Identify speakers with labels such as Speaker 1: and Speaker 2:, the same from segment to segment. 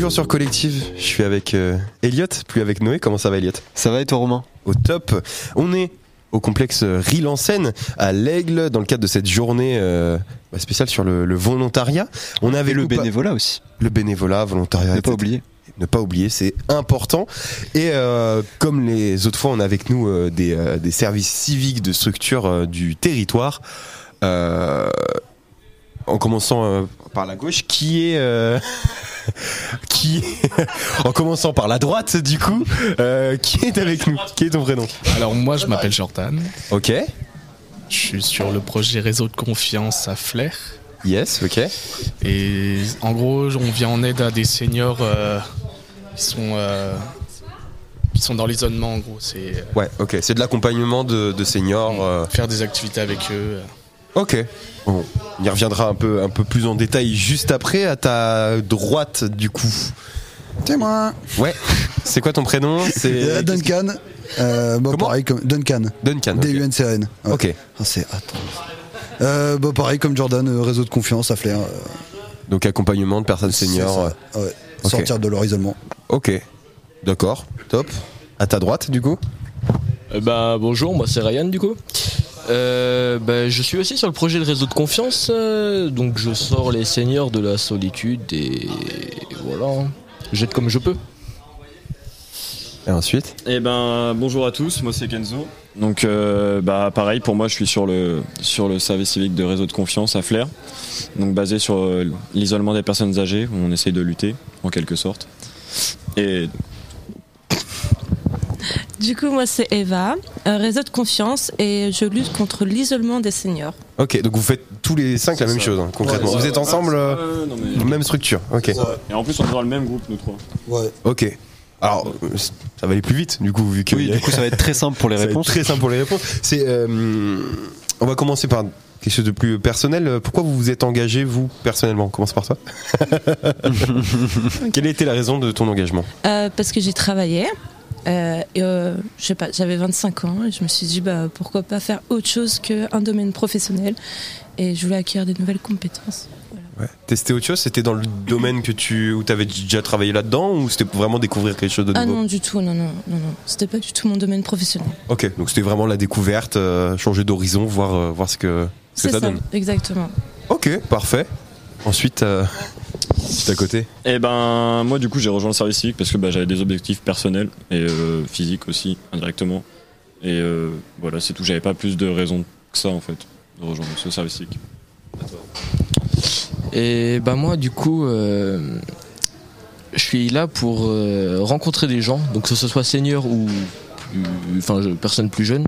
Speaker 1: Aventure collective, je suis avec euh, Elliot, plus avec Noé. Comment ça va Elliot
Speaker 2: Ça va et toi Romain
Speaker 1: Au top. On est au complexe euh, Ril en Seine à l'Aigle dans le cadre de cette journée euh, bah, spéciale sur le, le volontariat. On avait
Speaker 2: Et le
Speaker 1: ou pas-
Speaker 2: bénévolat aussi,
Speaker 1: le bénévolat, volontariat,
Speaker 2: ne pas
Speaker 1: etc.
Speaker 2: oublier.
Speaker 1: Ne pas oublier, c'est important. Et euh, comme les autres fois, on a avec nous euh, des, euh, des services civiques de structures euh, du territoire. Euh, en commençant euh, par la gauche, qui est euh, qui en commençant par la droite, du coup, euh, qui est avec nous Qui est ton prénom
Speaker 3: Alors moi je m'appelle Jordan,
Speaker 1: Ok.
Speaker 3: je suis sur le projet réseau de confiance à Flair
Speaker 1: Yes. Ok.
Speaker 3: et en gros on vient en aide à des seniors euh, qui sont euh, qui sont dans l'isolement en gros, c'est euh,
Speaker 1: Ouais. Ok. C'est de l'accompagnement de, de seniors. euh,
Speaker 3: faire des activités avec eux.
Speaker 1: Ok. Bon, on y reviendra un peu, un peu plus en détail juste après. À ta droite, du coup.
Speaker 4: C'est moi
Speaker 1: Ouais. C'est quoi ton prénom
Speaker 4: Euh,
Speaker 1: C'est
Speaker 4: Duncan. Euh, bah,
Speaker 1: Comment
Speaker 4: pareil comme Duncan.
Speaker 1: Duncan. ok.
Speaker 4: D-U-N-C-A-N. Ouais.
Speaker 1: Ok.
Speaker 4: Ah, c'est attends. Euh, bah, pareil comme Jordan, euh, réseau de confiance à flair. euh,
Speaker 1: Donc accompagnement de personnes
Speaker 4: c'est
Speaker 1: seniors. euh,
Speaker 4: ça. Ouais.
Speaker 1: Ok.
Speaker 4: Sortir de leur isolement.
Speaker 1: Ok. D'accord. Top. À ta droite, du coup.
Speaker 5: Euh, bah bonjour, moi c'est Ryan du coup. Euh, bah, je suis aussi sur le projet de réseau de confiance, euh, donc je sors les seniors de la solitude et voilà, j'aide comme je peux.
Speaker 1: Et ensuite.
Speaker 6: Eh ben bonjour à tous, moi c'est Kenzo. Donc euh, bah pareil pour moi je suis sur le sur le service civique de réseau de confiance à Flair. Donc basé sur euh, l'isolement des personnes âgées où on essaye de lutter en quelque sorte. Et
Speaker 7: Du coup, moi, c'est Eva, euh, réseau de confiance, et je lutte contre l'isolement des seniors.
Speaker 1: Ok. Donc vous faites tous les cinq la même
Speaker 6: ça.
Speaker 1: chose hein, concrètement.
Speaker 4: Ouais,
Speaker 1: vous êtes ensemble, euh,
Speaker 6: Euh, non, mais-
Speaker 1: même structure. Ok.
Speaker 6: Et en plus on est dans le même groupe nous trois.
Speaker 4: Ouais.
Speaker 1: Ok. Alors, euh, ça va aller plus vite, du coup, vu que
Speaker 2: Oui, du coup ça va être très simple pour les
Speaker 1: Ça va être
Speaker 2: réponses.
Speaker 1: Très simple pour les réponses. C'est, euh, on va commencer par quelque chose de plus personnel. Pourquoi vous vous êtes engagé, vous, personnellement On commence par toi. Quelle était la raison de ton engagement
Speaker 7: Euh, parce que j'ai travaillé, euh, et, euh, je sais pas, j'avais 25 ans, et je me suis dit, bah, pourquoi pas faire autre chose qu'un domaine professionnel, et je voulais acquérir des nouvelles compétences.
Speaker 1: Tester autre chose C'était dans le domaine que tu, où tu avais déjà travaillé là-dedans ou c'était pour vraiment découvrir quelque chose de
Speaker 7: Ah
Speaker 1: nouveau
Speaker 7: non, du tout, non, non, non, non, c'était pas du tout mon domaine professionnel.
Speaker 1: Ok, donc c'était vraiment la découverte, euh, changer d'horizon, voir, euh, voir ce que, ce
Speaker 7: C'est
Speaker 1: que ça,
Speaker 7: ça,
Speaker 1: donne.
Speaker 7: exactement.
Speaker 1: Ok, parfait. Ensuite, euh, c'est à côté.
Speaker 6: Et ben moi du coup j'ai rejoint le service civique parce que bah, j'avais des objectifs personnels et euh, physiques aussi indirectement. Et euh, voilà c'est tout, j'avais pas plus de raison que ça en fait de rejoindre ce service civique.
Speaker 5: Et bah moi du coup, euh, je suis là pour euh, rencontrer des gens, donc que ce soit senior ou plus- enfin je- personne plus jeune,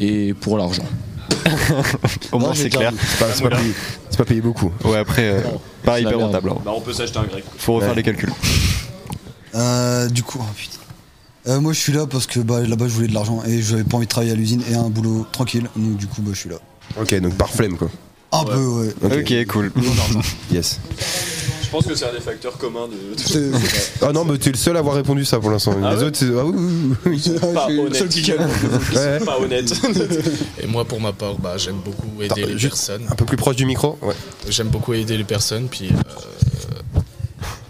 Speaker 5: et pour l'argent.
Speaker 2: Au moins
Speaker 4: Non,
Speaker 2: c'est
Speaker 4: mais
Speaker 2: clair.
Speaker 4: Jordan.
Speaker 1: C'est pas, c'est pas payé, c'est pas payé beaucoup.
Speaker 2: Ouais, après, euh, pas
Speaker 5: c'est la
Speaker 2: hyper
Speaker 5: merde.
Speaker 2: rentable. hein.
Speaker 6: Bah on peut s'acheter un grec.
Speaker 2: Faut refaire
Speaker 1: Ouais.
Speaker 2: les calculs.
Speaker 4: Euh, du coup, oh, putain. Euh, moi je suis là parce que bah, là-bas je voulais de l'argent et j'avais pas envie de travailler à l'usine et un boulot tranquille. Donc du coup bah, je suis là.
Speaker 1: Ok, donc par flemme quoi.
Speaker 4: Un peu ouais.
Speaker 1: Ok.
Speaker 2: ok, cool.
Speaker 1: Yes.
Speaker 6: Je pense que c'est un des facteurs communs de.
Speaker 4: C'est-
Speaker 1: Ah non, mais tu es le seul à avoir répondu ça pour l'instant.
Speaker 6: Ah
Speaker 1: les
Speaker 6: ouais
Speaker 1: autres, c'est- ah oui, oui, oui.
Speaker 6: pas honnête.
Speaker 1: Ouais.
Speaker 6: Pas honnête.
Speaker 3: Et moi pour ma part, bah j'aime beaucoup aider
Speaker 1: Attends,
Speaker 3: les
Speaker 1: juste-
Speaker 3: personnes.
Speaker 1: Un peu plus proche du micro Ouais.
Speaker 3: J'aime beaucoup aider les personnes puis euh,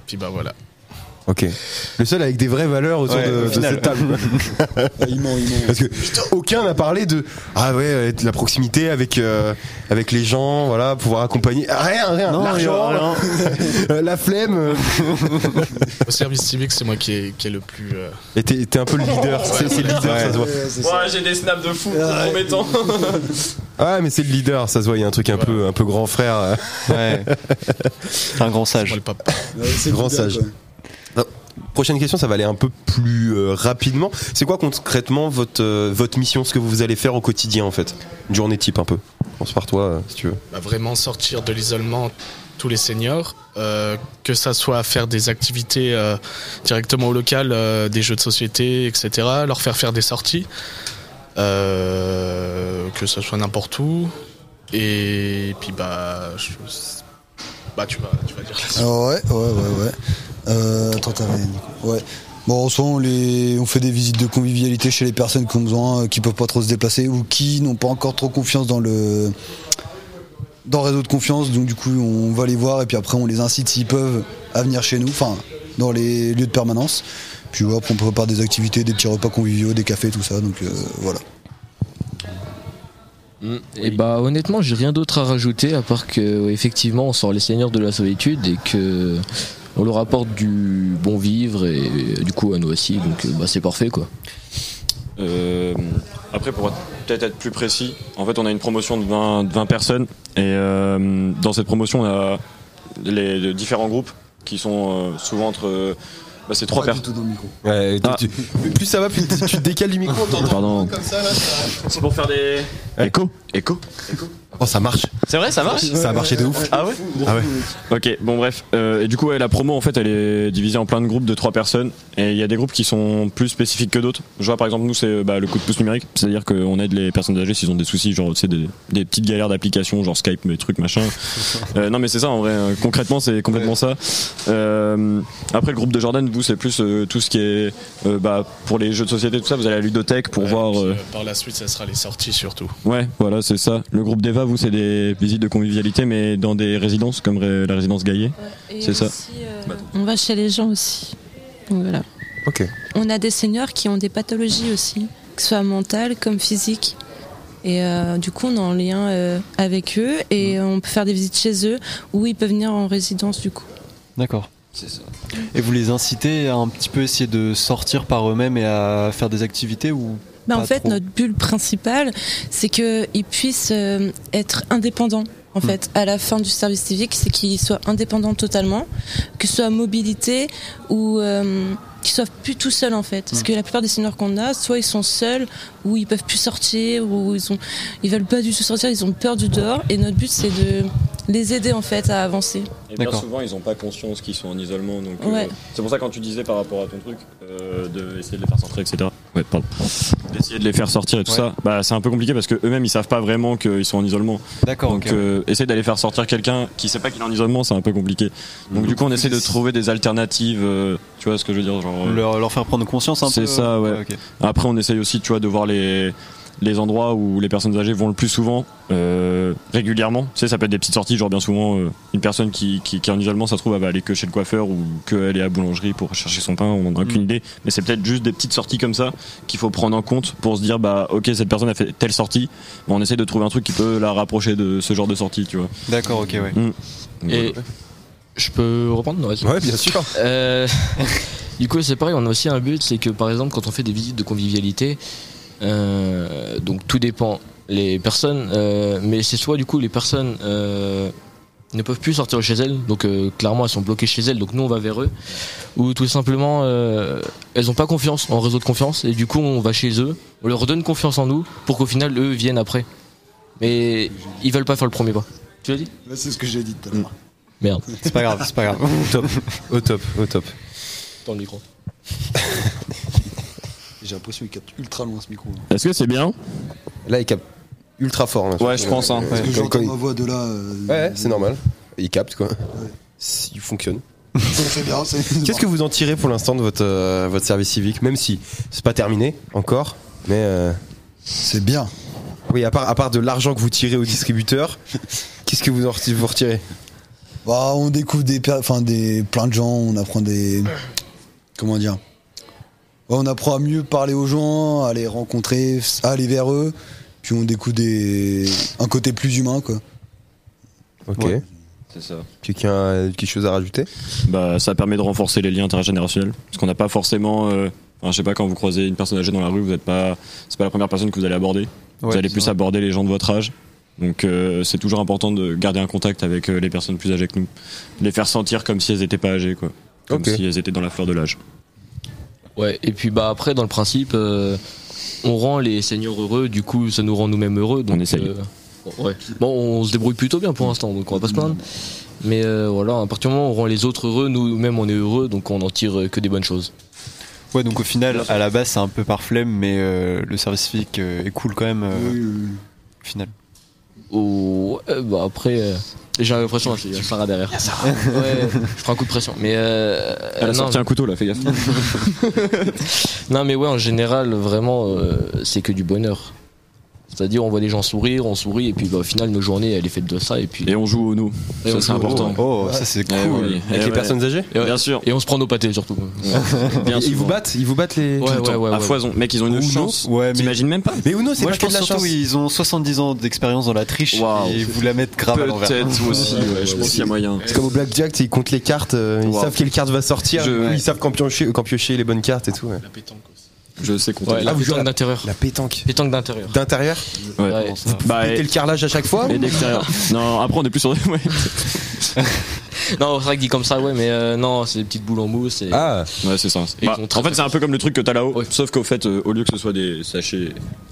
Speaker 3: puis bah voilà.
Speaker 1: Ok. Le seul avec des vraies valeurs autour
Speaker 2: Ouais,
Speaker 1: de,
Speaker 2: au
Speaker 1: de
Speaker 2: final.
Speaker 1: cette table. Parce que aucun n'a parlé de ah ouais euh, la proximité avec euh, avec les gens, voilà, pouvoir accompagner. Ah, Rien, rien.
Speaker 2: Non,
Speaker 1: L'argent,
Speaker 2: rien,
Speaker 1: euh, la flemme. euh.
Speaker 3: Au service civique, c'est moi qui ai, qui ai le plus euh,
Speaker 1: Et t'es t'es un peu le leader. C'est c'est le leader, ça se voit.
Speaker 6: Ouais, j'ai des snaps de fou promettant.
Speaker 1: Ah mais c'est le leader, ça se voit. Il y a un truc un peu un peu grand frère. euh.
Speaker 2: Ouais. Un grand
Speaker 3: moi,
Speaker 2: sage.
Speaker 3: le papa.
Speaker 4: Ouais, c'est
Speaker 1: Grand
Speaker 4: bien,
Speaker 1: sage.
Speaker 4: quoi.
Speaker 1: Prochaine question, ça va aller un peu plus euh, rapidement. C'est quoi concrètement votre, euh, votre mission, ce que vous allez faire au quotidien en fait Une journée type un peu. On se part toi euh, si tu veux.
Speaker 3: bah, vraiment sortir de l'isolement tous les seniors, euh, que ça soit faire des activités euh, directement au local, euh, des jeux de société, etc., leur faire faire des sorties, euh, que ça soit n'importe où, et puis bah, je- bah tu vas, tu vas dire la suite.
Speaker 4: Ah ouais, ouais, ouais, ouais. Euh, attends, t'avais. Ouais. Bon, en soi, on, les... on fait des visites de convivialité chez les personnes qui ont besoin, euh, qui peuvent pas trop se déplacer ou qui n'ont pas encore trop confiance dans le dans le réseau de confiance. Donc, du coup, on va les voir et puis après, on les incite s'ils peuvent à venir chez nous. Enfin, dans les lieux de permanence. Puis hop, on prépare des activités, des petits repas conviviaux, des cafés, tout ça. Donc euh, voilà.
Speaker 5: Et bah honnêtement j'ai rien d'autre à rajouter à part que ouais, effectivement on sort les seigneurs de la solitude et que on leur apporte du bon vivre et, du coup à nous aussi donc euh, bah c'est parfait quoi.
Speaker 6: Euh, après, pour être- peut-être être plus précis, en fait, on a une promotion de 20, de 20 personnes. Et euh, dans cette promotion, on a les, les différents groupes qui sont euh, souvent entre. euh, bah, c'est trois
Speaker 4: Pas du
Speaker 6: personnes.
Speaker 4: tout dans le micro.
Speaker 1: Ouais,
Speaker 6: Ah.
Speaker 1: tu- plus ça va, plus tu, tu décales du micro, t'entends
Speaker 6: Pardon.
Speaker 1: comme ça là. ça-
Speaker 6: C'est pour faire des. Écho Écho
Speaker 1: Oh, ça marche.
Speaker 6: C'est vrai, ça marche
Speaker 1: Ça a marché de ouf.
Speaker 6: Ah ouais
Speaker 1: Ah ouais.
Speaker 6: Ok, bon bref. Euh, et du coup, ouais, la promo, en fait, elle est divisée en plein de groupes de trois personnes. Et il y a des groupes qui sont plus spécifiques que d'autres. Je vois, par exemple, nous, c'est euh, bah, le coup de pouce numérique. C'est-à-dire qu'on aide les personnes âgées s'ils ont des soucis, genre, tu sais, des, des petites galères d'application, genre Skype, mes trucs, machin. Euh, non, mais c'est ça, en vrai. euh, Concrètement, c'est complètement ça. Euh, après, le groupe de Jordan, vous, c'est plus euh, tout ce qui est... euh, bah, pour les jeux de société, tout ça, vous allez à la ludothèque pour
Speaker 3: Ouais,
Speaker 6: voir...
Speaker 3: puis,
Speaker 6: euh,
Speaker 3: euh, Par la suite, ça sera les sorties surtout.
Speaker 6: Ouais, voilà, c'est ça. Le groupe d'Eva, vous, c'est des visites de convivialité, mais dans des résidences, comme euh, la résidence Gaillet.
Speaker 7: Et
Speaker 6: C'est ça.
Speaker 7: aussi, euh, on va chez les gens aussi. Donc voilà.
Speaker 1: Ok.
Speaker 7: On a des seniors qui ont des pathologies aussi, que ce soit mentales comme physiques. Et euh, du coup, on est en lien euh, avec eux et on peut faire des visites chez eux ou ils peuvent venir en résidence du coup.
Speaker 2: D'accord. Et vous les incitez à un petit peu essayer de sortir par eux-mêmes et à faire des activités ou
Speaker 7: Bah, en
Speaker 2: Pas
Speaker 7: fait,
Speaker 2: trop.
Speaker 7: notre bulle principale, c'est qu'ils puissent euh, être indépendants.
Speaker 5: Hmm.
Speaker 7: En fait, à la fin du service civique, c'est qu'ils soient indépendants totalement, que ce soit mobilité ou euh, qu'ils soient plus tout seuls en fait.
Speaker 5: Hmm.
Speaker 7: Parce que la plupart des seniors qu'on a, soit ils sont seuls, ou ils peuvent plus sortir, ou ils ont, ils veulent pas du tout sortir, ils ont peur du dehors. Et notre but, c'est de les aider en fait à avancer.
Speaker 6: Et bien
Speaker 2: D'accord.
Speaker 6: souvent, ils n'ont pas conscience qu'ils sont en isolement. Donc,
Speaker 7: Ouais.
Speaker 6: euh, c'est pour ça quand tu disais par rapport à ton truc, euh, de essayer de les faire sortir, etc. Ouais, pardon. D'essayer de les faire sortir et tout
Speaker 2: Ouais.
Speaker 6: ça, bah, c'est un peu compliqué parce que eux-mêmes, ils savent pas vraiment qu'ils sont en isolement.
Speaker 2: D'accord.
Speaker 6: Donc,
Speaker 2: ok.
Speaker 6: euh, essayer d'aller faire sortir quelqu'un qui sait pas qu'il est en isolement, c'est un peu compliqué. Donc, du coup, on essaie de trouver des alternatives. euh, tu vois ce que je veux dire, genre. euh,
Speaker 2: leur, leur faire prendre conscience un peu. euh,
Speaker 6: C'est ça, ouais.
Speaker 2: ok.
Speaker 6: Après, on essaye aussi, tu vois, de voir les les endroits où les personnes âgées vont le plus souvent, euh, régulièrement. Tu sais, ça peut être des petites sorties, genre bien souvent, euh, une personne qui, qui, qui est en isolement, ça se trouve, elle va aller que chez le coiffeur ou qu'elle est à boulangerie pour chercher son pain, on n'en a aucune idée. Mais c'est peut-être juste des petites sorties comme ça qu'il faut prendre en compte pour se dire, bah ok, cette personne a fait telle sortie, mais on essaie de trouver un truc qui peut la rapprocher de ce genre de sortie, tu vois.
Speaker 2: D'accord, ok, ouais.
Speaker 6: Donc,
Speaker 5: Et je peux reprendre non, vas-y.
Speaker 1: Ouais, bien sûr.
Speaker 5: Euh, du coup, c'est pareil, on a aussi un but, c'est que par exemple, quand on fait des visites de convivialité, euh, donc tout dépend les personnes, euh, mais c'est soit du coup les personnes euh, ne peuvent plus sortir de chez elles, donc euh, clairement elles sont bloquées chez elles, donc nous on va vers eux, ou tout simplement euh, elles n'ont pas confiance en réseau de confiance, et du coup on va chez eux, on leur donne confiance en nous pour qu'au final eux viennent après. Mais ils veulent pas faire le premier pas. Tu l'as dit
Speaker 4: c'est ce que j'ai dit tout à l'heure.
Speaker 1: Mm.
Speaker 5: Merde,
Speaker 2: C'est pas grave, c'est pas grave.
Speaker 1: top. Au top, au top.
Speaker 5: dans le micro.
Speaker 4: J'ai l'impression qu'il capte ultra loin ce micro.
Speaker 6: Est-ce que c'est bien
Speaker 1: Là, il capte ultra fort. là.
Speaker 6: Ouais, je pense. Hein.
Speaker 4: Parce que
Speaker 1: Comme-
Speaker 4: j'entends
Speaker 1: comme-
Speaker 4: ma voix de là. euh,
Speaker 1: Ouais, c'est normal. Il capte quoi. Il fonctionne.
Speaker 4: C'est bien. c'est-
Speaker 1: Qu'est-ce que vous en tirez pour l'instant de votre, euh, votre service civique Même si c'est pas terminé encore, mais. euh,
Speaker 4: C'est bien.
Speaker 1: Oui, à part, à part de l'argent que vous tirez au distributeur, qu'est-ce que vous en reti- vous retirez
Speaker 4: Bah, on découvre des, per- enfin, des, plein de gens, on apprend des. Comment dire Ouais, On apprend à mieux parler aux gens, à les rencontrer, à aller vers eux. Puis on découvre des, un côté plus humain, quoi.
Speaker 1: Ok.
Speaker 2: Ouais.
Speaker 6: C'est ça.
Speaker 1: Quelqu'un a quelque chose à rajouter
Speaker 6: bah, ça permet de renforcer les liens intergénérationnels. Parce qu'on n'a pas forcément. euh, enfin, je sais pas, quand vous croisez une personne âgée dans la rue, vous n'êtes pas. C'est pas la première personne que vous allez aborder. vous
Speaker 2: Ouais,
Speaker 6: allez
Speaker 2: c'est
Speaker 6: plus
Speaker 2: vrai.
Speaker 6: aborder les gens de votre âge. Donc euh, c'est toujours important de garder un contact avec euh, les personnes plus âgées que nous. Les faire sentir comme si elles n'étaient pas âgées, quoi. Comme
Speaker 1: Ok.
Speaker 6: si elles étaient dans la fleur de l'âge.
Speaker 5: Ouais, et puis bah après, dans le principe, euh, on rend les seigneurs heureux, du coup, ça nous rend nous-mêmes heureux. Donc,
Speaker 6: On essaye.
Speaker 5: euh, bon, ouais. Bon, on se débrouille plutôt bien pour l'instant, donc on va pas se plaindre. Mais euh, voilà, à partir du moment où on rend les autres heureux, nous-mêmes on est heureux, donc on en tire euh, que des bonnes choses.
Speaker 2: Ouais, donc au final, à la base, c'est un peu par flemme, mais euh, le service civique euh, est cool quand même, euh, au final.
Speaker 5: Oh, ouais, bah après, euh, j'ai l'impression, là, c'est- il y a Sarah derrière. Ouais, je prends un coup de pression. Mais euh,
Speaker 6: Elle a
Speaker 5: non,
Speaker 6: sorti un couteau là, fais gaffe.
Speaker 5: Non mais ouais en général vraiment euh, c'est que du bonheur. C'est-à-dire, on voit les gens sourire, on sourit, et puis bah, au final, nos journées, elle est faite de ça, et puis.
Speaker 6: Et on joue au nous.
Speaker 5: Et on
Speaker 6: ça, c'est
Speaker 5: joue au
Speaker 6: important.
Speaker 2: Oh, ça c'est
Speaker 6: Eh
Speaker 2: cool.
Speaker 6: oui. Eh
Speaker 1: Avec les
Speaker 6: ouais.
Speaker 1: personnes âgées
Speaker 5: Et ouais.
Speaker 6: Bien sûr.
Speaker 5: Et on se prend nos pâtés
Speaker 1: Ah,
Speaker 5: surtout.
Speaker 6: Bien
Speaker 1: Ils vous
Speaker 6: souvent.
Speaker 1: battent Ils vous battent
Speaker 5: Ouais,
Speaker 1: les.
Speaker 6: Tout le
Speaker 5: ouais,
Speaker 6: temps,
Speaker 5: ouais,
Speaker 6: à
Speaker 5: ouais.
Speaker 6: foison. Mec, ils ont une
Speaker 1: Ou non.
Speaker 6: chance.
Speaker 2: Ouais, mais
Speaker 6: T'imagines même pas.
Speaker 1: Mais Uno, c'est
Speaker 2: moi
Speaker 1: pas
Speaker 2: je
Speaker 1: que
Speaker 2: pense
Speaker 1: de la
Speaker 2: surtout
Speaker 1: chance.
Speaker 2: ils ont 70 ans d'expérience dans la triche
Speaker 6: Waouh.
Speaker 2: et ils vous la mettent grave à l'envers.
Speaker 6: Peut-être aussi. ouais, je pense qu'il y a moyen.
Speaker 1: C'est comme au blackjack, tu sais, ils comptent les cartes, euh, ils
Speaker 6: Wow.
Speaker 1: savent quelle carte va sortir,
Speaker 6: Je-
Speaker 1: ils savent quand piocher, quand piocher les bonnes cartes et tout. ouais.
Speaker 3: La pétanque aussi.
Speaker 6: Je sais compter.
Speaker 5: Ouais, la
Speaker 1: vous jouez à
Speaker 5: pétanque
Speaker 1: la-
Speaker 5: d'intérieur.
Speaker 1: La pétanque.
Speaker 5: Pétanque d'intérieur.
Speaker 1: D'intérieur,
Speaker 6: Ouais.
Speaker 5: Ouais.
Speaker 6: Bah,
Speaker 1: péter
Speaker 6: et,
Speaker 1: le carrelage à chaque fois
Speaker 6: et d'extérieur. non, après on est plus sur. Ouais.
Speaker 5: Non, c'est vrai que dit comme ça, ouais, mais euh, non, c'est des petites boules en mousse. Et...
Speaker 1: Ah,
Speaker 6: Ouais, c'est ça.
Speaker 5: Et
Speaker 6: Bah,
Speaker 5: ils ont très-
Speaker 6: en fait, c'est un peu comme le truc que t'as là-haut,
Speaker 5: Ouais.
Speaker 6: sauf qu'au fait, euh, au lieu que ce soit des sachets,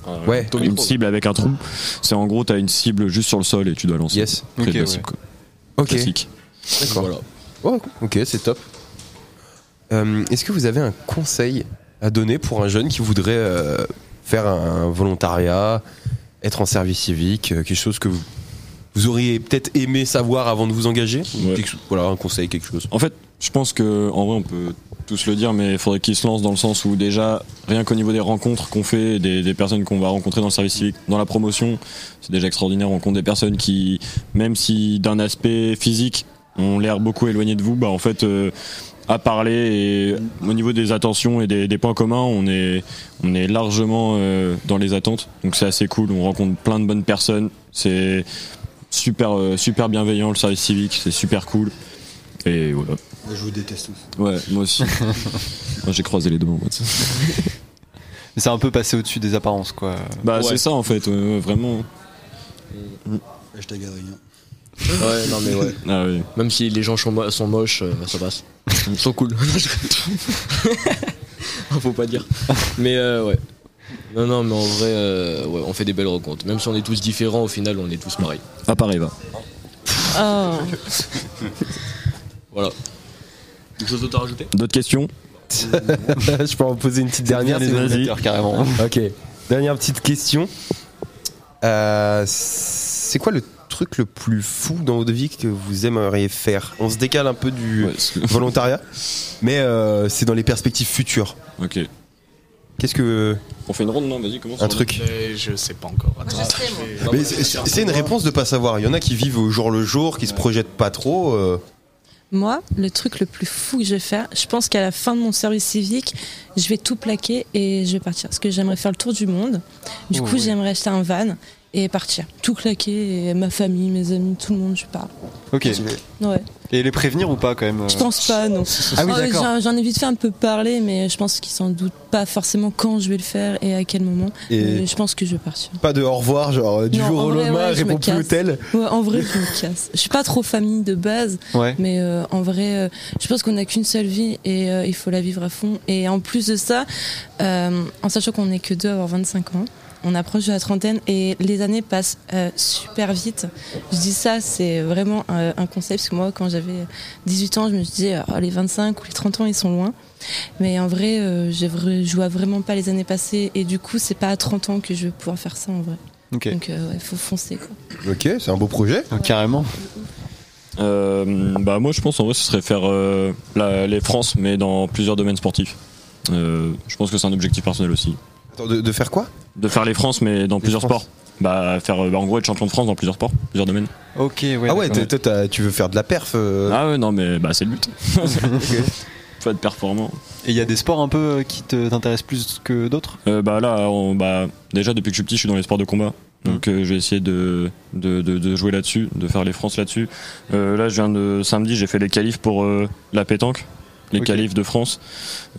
Speaker 6: euh,
Speaker 1: Ouais.
Speaker 6: une cible avec un trou, c'est en gros, t'as une cible juste sur le sol et tu dois lancer.
Speaker 1: yes.
Speaker 6: Près
Speaker 2: Ok,
Speaker 6: de la
Speaker 2: ouais.
Speaker 6: cible, quoi.
Speaker 1: Ok.
Speaker 6: Classique.
Speaker 1: D'accord.
Speaker 5: Voilà.
Speaker 1: Oh, ok, c'est top. Euh, Est-ce que vous avez un conseil à donner pour un jeune qui voudrait euh, faire un volontariat, être en service civique, euh, quelque chose que vous, vous auriez peut-être aimé savoir avant de vous engager
Speaker 6: Ouais.
Speaker 1: Quelque chose- Voilà, un conseil, quelque chose.
Speaker 6: En fait, je pense que en vrai, on peut tous le dire, mais il faudrait qu'ils se lancent dans le sens où déjà, rien qu'au niveau des rencontres qu'on fait, des, des personnes qu'on va rencontrer dans le service civique, dans la promotion, c'est déjà extraordinaire. On rencontre des personnes qui, même si d'un aspect physique, ont l'air beaucoup éloignées de vous, bah en fait. euh, à parler et au niveau des attentions et des, des points communs, on est, on est largement euh, dans les attentes. Donc c'est assez cool, on rencontre plein de bonnes personnes. C'est super, euh, super bienveillant le service civique, c'est super cool. Et voilà.
Speaker 4: Bah, Je vous déteste tous.
Speaker 6: Ouais, moi aussi. Moi, J'ai croisé les deux mots.
Speaker 2: Mais C'est un peu passé au-dessus des apparences quoi.
Speaker 6: Bah,
Speaker 5: Ouais.
Speaker 6: c'est ça en fait, ouais, ouais, vraiment.
Speaker 4: Hashtag Adrien.
Speaker 5: Ouais, non, mais ouais.
Speaker 6: Ah oui.
Speaker 5: Même si les gens sont, mo- sont moches, euh, ça passe. Ils sont cool. Faut pas dire. Mais euh, ouais. Non, non, mais en vrai, euh, ouais, on fait des belles rencontres. Même si on est tous différents, au final, on est tous pareils.
Speaker 6: À Paris, va.
Speaker 7: Oh.
Speaker 5: Voilà. Quelque chose d'autre à rajouter
Speaker 6: D'autres questions
Speaker 1: Je peux en poser une petite
Speaker 4: Ah,
Speaker 1: dernière.
Speaker 2: les
Speaker 1: si vous voulez.
Speaker 2: ordinateurs carrément.
Speaker 1: Ok. Dernière petite question. Euh, c'est quoi le truc le plus fou dans votre vie que vous aimeriez faire On se décale un peu du
Speaker 6: Ouais, c'est-
Speaker 1: volontariat, mais euh, c'est dans les perspectives futures.
Speaker 6: Ok.
Speaker 1: Qu'est-ce que
Speaker 6: On fait une ronde, non Vas-y, commence.
Speaker 1: un truc
Speaker 3: Mais je sais pas encore. Attends,
Speaker 7: je sais,
Speaker 3: je
Speaker 7: moi.
Speaker 3: vais-
Speaker 1: Mais c'est- c'est c'est une réponse de pas savoir. Il y en a qui vivent au jour le jour, qui se projettent pas trop. euh.
Speaker 7: Moi, le truc le plus fou que je vais faire, je pense qu'à la fin de mon service civique, je vais tout plaquer et je vais partir. Parce que j'aimerais faire le tour du monde. Du
Speaker 2: Oh,
Speaker 7: coup,
Speaker 2: ouais.
Speaker 7: j'aimerais acheter un van et partir. Tout claquer, et ma famille, mes amis, tout le monde, je pars.
Speaker 2: Ok.
Speaker 7: Ouais.
Speaker 2: Et les prévenir ou pas quand même euh,
Speaker 7: Je pense pas, non.
Speaker 1: Ah oui,
Speaker 7: Oh,
Speaker 1: d'accord.
Speaker 7: j'en- J'en ai vite fait un peu parler, mais je pense qu'ils s'en doutent pas forcément quand je vais le faire et à quel moment.
Speaker 1: Et
Speaker 7: Mais Euh, je pense que je vais partir.
Speaker 1: pas de au revoir, genre euh, du
Speaker 7: Non,
Speaker 1: jour
Speaker 7: en
Speaker 1: au
Speaker 7: vrai,
Speaker 1: lendemain,
Speaker 7: ouais, je
Speaker 1: réponds
Speaker 7: me
Speaker 1: plus au
Speaker 7: casse.
Speaker 1: tel.
Speaker 7: Ouais, en vrai, je me casse. Je suis pas trop famille de base,
Speaker 2: Ouais.
Speaker 7: mais euh, en vrai, euh, je pense qu'on n'a qu'une seule vie et euh, il faut la vivre à fond. Et en plus de ça, euh, en sachant qu'on n'est que deux à avoir 25 ans, on approche de la trentaine et les années passent euh, super vite. Je dis ça, c'est vraiment euh, un concept, parce que moi, quand j'avais 18 ans, je me disais, oh, les 25 ou les 30 ans, ils sont loin. Mais en vrai, euh, j'ai vra- je vois vraiment pas les années passer et du coup, c'est pas à 30 ans que je vais pouvoir faire ça en vrai.
Speaker 2: Ok.
Speaker 7: Donc, euh, ouais, faut foncer quoi.
Speaker 1: Ok, c'est un beau projet.
Speaker 2: Ah, Carrément.
Speaker 6: Euh, bah, moi, je pense en vrai, ce serait faire euh, la- les France, mais dans plusieurs domaines sportifs. Euh, je pense que c'est un objectif personnel aussi.
Speaker 1: Attends, de, de faire quoi
Speaker 6: De faire les France, mais dans plusieurs
Speaker 1: France.
Speaker 6: sports. Bah, faire euh, bah, en gros être champion de France dans plusieurs sports, plusieurs domaines.
Speaker 2: Ok. Ouais.
Speaker 1: Ah ouais, t'es-
Speaker 2: d'accord.
Speaker 1: toi t'as- tu veux faire de la perf euh,
Speaker 6: Ah ouais, non, mais bah, c'est le but.
Speaker 1: ok.
Speaker 6: Faut être performant.
Speaker 2: Et il y a des sports un peu euh, qui te- t'intéressent plus que d'autres.
Speaker 6: Euh, bah là, on- bah, déjà depuis que je suis petit, je suis dans les sports de combat. Donc euh, je vais essayer de, de, de- de jouer là-dessus, de faire les France là-dessus. Euh, là, je viens de samedi, j'ai fait les qualifs pour euh, la pétanque, les
Speaker 2: Ok.
Speaker 6: qualifs de France.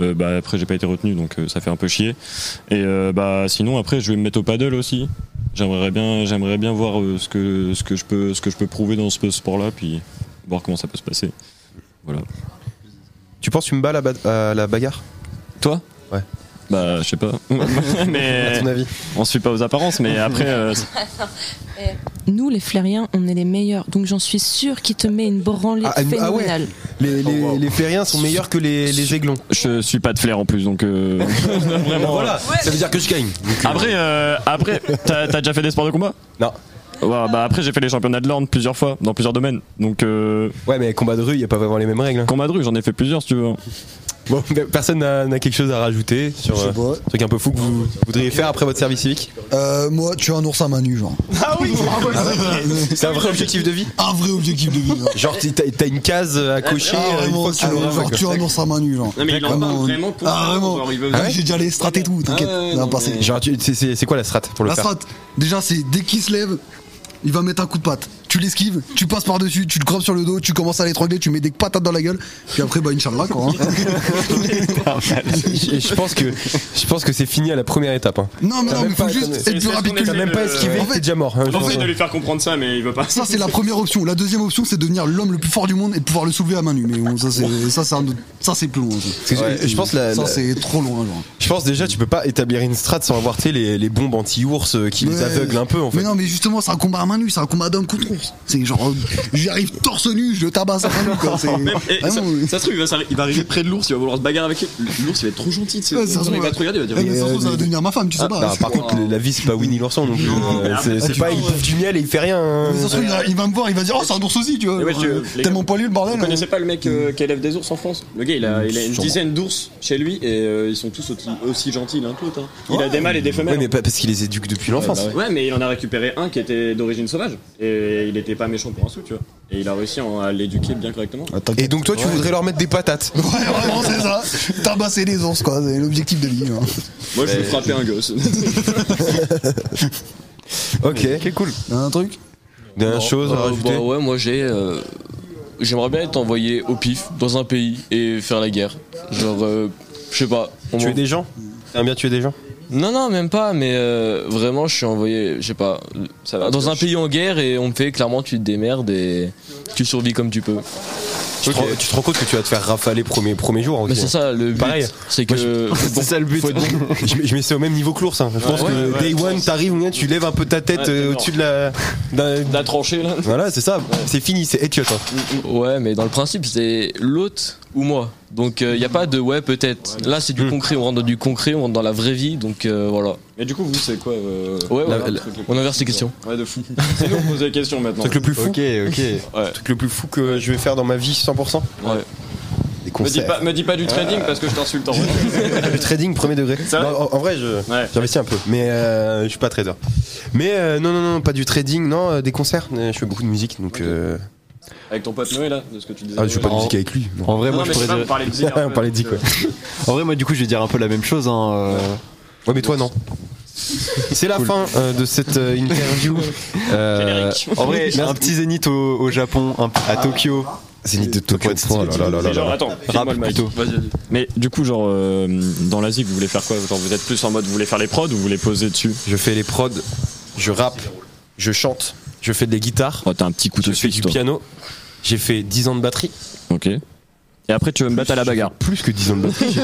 Speaker 6: Euh, bah, après, j'ai pas été retenu, donc euh, ça fait un peu chier. Et euh, bah sinon, après, je vais me mettre au paddle aussi. J'aimerais bien, j'aimerais bien voir euh, ce que ce que je peux ce que je peux prouver dans ce sport-là, puis voir comment ça peut se passer.
Speaker 1: Tu penses tu me bats à la, ba- à la bagarre
Speaker 6: Toi
Speaker 1: Ouais.
Speaker 6: Bah, je sais pas.
Speaker 1: À
Speaker 6: mais
Speaker 1: ton avis
Speaker 6: on se suit pas aux apparences, mais après, euh,
Speaker 7: Nous, les Flériens, on est les meilleurs. Donc j'en suis sûre qu'il te met une branlée
Speaker 1: Ah, ah, ouais.
Speaker 7: phénoménale.
Speaker 1: Les, les, les Flériens sont meilleurs que les, les aiglons.
Speaker 6: Je suis pas de flair en plus, donc euh, vraiment.
Speaker 1: Voilà, ça veut dire que je gagne. Donc, euh,
Speaker 6: Après, euh, après, t'as t'as déjà fait des sports de combat
Speaker 1: Non.
Speaker 6: Ouais, bah après, j'ai fait les championnats de l'Orne plusieurs fois dans plusieurs domaines. Donc euh,
Speaker 1: Ouais, mais combat de rue, il n'y a pas vraiment les mêmes règles. hein.
Speaker 6: combat de rue, j'en ai fait plusieurs, si tu veux. hein.
Speaker 1: Bon, personne n'a n'a quelque chose à rajouter sur euh,
Speaker 4: Je sais pas.
Speaker 1: truc un peu fou que vous voudriez faire après votre service civique
Speaker 4: Euh, moi, tu es un ours à main nue, genre.
Speaker 1: Ah oui C'est un vrai objectif de vie
Speaker 4: Un vrai objectif de vie. genre.
Speaker 1: Genre t'as- t'as t'as une case à cocher
Speaker 4: Ah,
Speaker 1: euh, une
Speaker 4: vraiment,
Speaker 1: fois que tu
Speaker 4: ah,
Speaker 1: l'auras,
Speaker 4: genre,
Speaker 1: quoi.
Speaker 4: tu es un ours à main nue, genre.
Speaker 6: Non, mais il en parle vraiment pour-
Speaker 4: Ah, vraiment.
Speaker 6: genre, il veut-
Speaker 4: Ah
Speaker 1: ouais
Speaker 4: J'ai déjà les strates et tout, t'inquiète.
Speaker 6: Ah ouais,
Speaker 4: on va
Speaker 6: non,
Speaker 4: passer.
Speaker 6: mais-
Speaker 1: Genre tu- c'est- c'est c'est quoi la strat pour le
Speaker 4: La
Speaker 1: faire
Speaker 4: strate, déjà, c'est dès qu'il se lève, il va mettre un coup de patte. Tu l'esquives, tu passes par-dessus, tu le grabes sur le dos, tu commences à l'étrangler, tu mets des patates dans la gueule, puis après, bah, Inch'Allah, quoi. hein.
Speaker 1: je, je pense que je pense que c'est fini à la première étape. hein.
Speaker 4: Non, mais
Speaker 1: T'as
Speaker 4: non,
Speaker 1: même
Speaker 4: mais faut
Speaker 1: pas
Speaker 4: juste
Speaker 1: étonné.
Speaker 4: être plus
Speaker 6: C'est-
Speaker 4: rapide
Speaker 6: c'est-
Speaker 4: que
Speaker 1: T'as
Speaker 4: lui.
Speaker 1: même pas esquivé,
Speaker 4: En fait-
Speaker 1: t'es déjà mort. hein, je pense.
Speaker 6: J'essaie de lui faire comprendre ça, mais il veut pas.
Speaker 4: Ça, c'est la première option. La deuxième option, c'est de devenir l'homme le plus fort du monde et de pouvoir le soulever à main nue. Mais bon, ça, c'est ça, c'est un autre- ça, c'est plus loin. ça.
Speaker 1: Parce que je- je pense la-
Speaker 4: Ça,
Speaker 1: la-
Speaker 4: c'est trop loin, genre.
Speaker 1: Je pense déjà tu peux pas établir une strat sans avoir tu sais, les, les bombes anti-ours euh, qui les
Speaker 4: Ouais.
Speaker 1: aveuglent un peu en fait.
Speaker 4: Mais non, mais justement, c'est un combat à main nue, c'est un combat d'homme contre ours. C'est genre, euh, j'arrive torse nu, je le tabasse à main nue, quoi. C'est
Speaker 6: Même- eh, ça,
Speaker 4: vraiment, oui.
Speaker 6: ça se trouve, il va, s'arri- il va arriver près de l'ours, il va vouloir se bagarrer avec lui. L'ours, il va être trop gentil, tu sais.
Speaker 4: Ouais, ça se trouve,
Speaker 6: il va
Speaker 4: ouais.
Speaker 6: te regarder, il va
Speaker 4: Eh,
Speaker 6: dire. euh,
Speaker 4: mais ça se trouve,
Speaker 2: Euh,
Speaker 4: ça va devenir ma femme, tu sais
Speaker 1: Ah,
Speaker 4: pas.
Speaker 1: bah, par contre, la vie c'est pas Winnie l'ourson non plus.
Speaker 6: Non, mais
Speaker 1: Euh, C'est
Speaker 4: après,
Speaker 1: c'est
Speaker 4: tu
Speaker 1: pas
Speaker 4: vois,
Speaker 1: il bouffe du miel et il fait rien. hein.
Speaker 4: Mais ça se trouve, il va- il va me voir, il va dire, oh, c'est un ours aussi, tu vois.
Speaker 6: Mais Eh ouais,
Speaker 4: genre,
Speaker 6: je-
Speaker 4: euh,
Speaker 6: les
Speaker 4: Tellement
Speaker 6: gars,
Speaker 4: poilu le
Speaker 6: Vous
Speaker 4: bordel. hein.
Speaker 6: connaissez pas le mec euh, qui élève des ours en France Le gars, il a, il a une
Speaker 1: Sûrement.
Speaker 6: dizaine d'ours chez lui et euh, ils sont tous aussi, aussi gentils l'un que l'autre. hein. Il a des mâles et des
Speaker 1: Ouais,
Speaker 6: femelles. hein.
Speaker 1: mais pas parce qu'il les éduque depuis l'enfance.
Speaker 5: bah
Speaker 6: Ouais, mais il en a récupéré un qui était d'origine sauvage et il était pas méchant pour un sou, tu vois. Et il a réussi à en- à l'éduquer bien correctement.
Speaker 1: Et donc toi tu voudrais leur mettre des patates.
Speaker 4: Ouais, vraiment, c'est ça. Tabasser les ours, quoi. C'est l'objectif de vie. hein.
Speaker 6: Moi, je vais frapper un gosse.
Speaker 1: Ok, cool.
Speaker 4: Un truc
Speaker 1: Dernière chose à
Speaker 5: Euh, bah
Speaker 1: rajouter.
Speaker 5: ouais, moi j'ai. euh, J'aimerais bien être envoyé au pif dans un pays et faire la guerre. Genre, euh, je sais pas. on
Speaker 1: Tuer
Speaker 5: m'en-
Speaker 1: des gens T'aimes bien tuer des gens
Speaker 5: Non, non, même pas, mais euh, vraiment, je suis envoyé, je sais pas, dans un pays en guerre et on me fait clairement tu te démerdes et tu survis comme tu peux.
Speaker 1: tu, te, rends- tu te rends compte que tu vas te faire rafaler premier, premier jour en
Speaker 5: Mais
Speaker 1: gros.
Speaker 5: c'est ça le but.
Speaker 1: Pareil.
Speaker 5: C'est que.
Speaker 1: Moi, je-
Speaker 5: bon, faut être bon.
Speaker 1: je, mets- je mets ça au même niveau que l'ours. hein. Je pense
Speaker 5: Ouais,
Speaker 1: que
Speaker 5: ouais,
Speaker 1: Day One, t'arrives, là, tu lèves un peu ta tête
Speaker 6: Ouais,
Speaker 1: euh,
Speaker 6: t'es
Speaker 1: au-dessus de la. d'un-
Speaker 5: La tranchée là
Speaker 1: Voilà, c'est ça, c'est fini, c'est étiot.
Speaker 5: Ouais, mais dans le principe, c'est l'hôte ou moi. Donc il n'y a pas de ouais, peut-être. Là, c'est du
Speaker 1: Hmm.
Speaker 5: concret. On rentre dans du concret, on rentre dans la vraie vie. Donc euh, voilà.
Speaker 6: Mais du coup, vous, c'est quoi euh,
Speaker 5: Ouais,
Speaker 6: la-
Speaker 5: ouais.
Speaker 6: le truc le plus-
Speaker 5: On inverse les questions.
Speaker 6: Ouais, de fou. C'est nous, on pose des questions maintenant.
Speaker 1: Le truc le plus fou,
Speaker 2: Ok, ok.
Speaker 1: le truc le plus fou que je vais faire dans ma vie 100%.
Speaker 5: Ouais.
Speaker 1: Des
Speaker 6: Me dis, pas,
Speaker 1: concerts.
Speaker 6: me dis pas du trading parce que je t'insulte en vrai.
Speaker 1: du trading premier degré.
Speaker 6: C'est vrai
Speaker 1: Non, en, en vrai, je
Speaker 6: Ouais.
Speaker 1: j'investis un peu, mais euh, je suis pas trader. Mais euh, non, non, non, pas du trading, non, euh, des concerts. Euh, Je fais beaucoup de musique, donc euh,
Speaker 6: Avec ton pote Noé là, de ce que tu disais.
Speaker 1: ah, je fais pas de
Speaker 2: En-
Speaker 1: musique avec lui. non.
Speaker 2: En vrai,
Speaker 6: Non,
Speaker 2: moi,
Speaker 6: mais
Speaker 2: je
Speaker 6: c'est pas,
Speaker 2: pourrais
Speaker 6: on
Speaker 2: dire...
Speaker 6: parlait de Zig,
Speaker 1: On
Speaker 6: en fait,
Speaker 1: parlait de Zig,
Speaker 6: donc,
Speaker 1: ouais.
Speaker 6: euh,
Speaker 2: En vrai, moi, du coup, je vais dire un peu la même chose. Hein. euh,
Speaker 1: Ouais, mais toi non. C'est la fin euh, de cette euh, interview. Euh,
Speaker 2: En vrai, un petit zénith au, au Japon, un p- à Tokyo.
Speaker 1: Ah. Zénith de Tokyo. Oh là là là là
Speaker 6: c'est Genre,
Speaker 1: là.
Speaker 6: attends,
Speaker 2: Rap
Speaker 6: file-moi le mic.
Speaker 2: plutôt.
Speaker 6: Mais du coup, genre, euh, dans l'Asie, vous voulez faire quoi Genre, vous êtes plus en mode, vous voulez faire les prods ou vous voulez poser dessus
Speaker 1: Je fais les prods, je rappe, je chante, je fais des guitares,
Speaker 6: Oh, t'as un petit couteau
Speaker 1: je fais
Speaker 6: suisse,
Speaker 1: du
Speaker 6: toi.
Speaker 1: piano. J'ai fait 10 ans de batterie.
Speaker 6: Ok. Et après, tu veux me battre à la bagarre.
Speaker 1: Plus que 10 ans de batterie.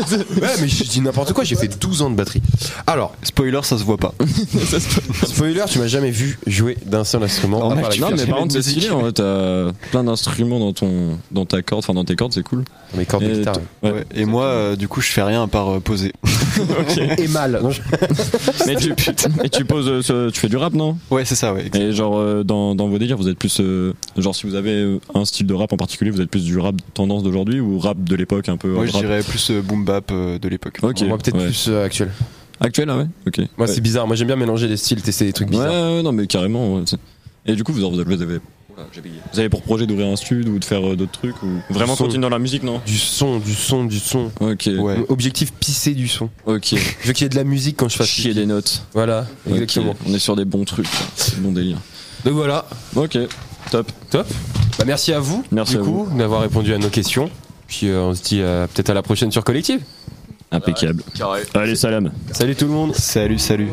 Speaker 1: ouais, mais je dis n'importe quoi, j'ai fait 12 ans de batterie. Alors,
Speaker 2: Spoiler, ça se voit pas.
Speaker 1: spoiler, tu m'as jamais vu jouer d'un seul instrument. à part la
Speaker 6: Non, mais
Speaker 1: guitare.
Speaker 6: par contre, c'est stylé, en vrai, t'as plein d'instruments dans ton, dans ta corde, enfin dans tes cordes, c'est cool.
Speaker 1: Mes cordes de
Speaker 6: Et
Speaker 1: guitare.
Speaker 6: Euh, t-
Speaker 2: Ouais,
Speaker 6: Ouais.
Speaker 2: et moi, euh, du coup, je fais rien à part euh, poser.
Speaker 1: Et mal. Non, je-
Speaker 6: Mais tu, et tu poses, euh, ce- tu fais du rap, non
Speaker 2: Ouais, c'est ça, ouais.
Speaker 6: Et genre, euh, dans, dans vos délires, vous êtes plus, euh, genre, si vous avez euh, un style de rap en particulier, vous êtes plus du rap tendance d'aujourd'hui ou rap de l'époque un peu.
Speaker 2: Moi,
Speaker 6: hard
Speaker 2: je
Speaker 6: rap
Speaker 2: dirais plus euh, boom bap euh, de l'époque.
Speaker 6: Ok.
Speaker 1: Moi, peut-être
Speaker 6: ouais.
Speaker 1: plus euh, actuel.
Speaker 6: Actuel, ah ouais. Ok.
Speaker 1: Moi,
Speaker 6: Ouais.
Speaker 1: c'est bizarre. Moi, j'aime bien mélanger les styles, tester des trucs
Speaker 6: Ouais,
Speaker 1: bizarres.
Speaker 6: ouais, non, mais carrément. ouais, c'est- Et du coup, vous, vous avez, vous avez- vous avez pour projet d'ouvrir un stud ou de faire euh, d'autres trucs ou vraiment
Speaker 1: Son.
Speaker 6: continuer dans la musique, non
Speaker 1: Du son, du son, du son.
Speaker 6: Ok,
Speaker 2: Ouais.
Speaker 1: Objectif pisser du son.
Speaker 6: ok.
Speaker 1: Je veux qu'il y ait de la musique quand je fasse
Speaker 6: Chier des notes.
Speaker 1: Voilà,
Speaker 6: Ok,
Speaker 1: exactement.
Speaker 6: On est sur des bons trucs, là. C'est bon délire.
Speaker 1: Donc voilà,
Speaker 6: Ok, top.
Speaker 1: top. Bah, merci à vous,
Speaker 6: Merci
Speaker 1: du
Speaker 6: à
Speaker 1: coup, d'avoir répondu à nos questions. Puis euh, on se dit euh, peut-être à la prochaine sur Collective.
Speaker 6: Impeccable. Allez, salam.
Speaker 1: Salut tout le monde.
Speaker 2: Salut, salut.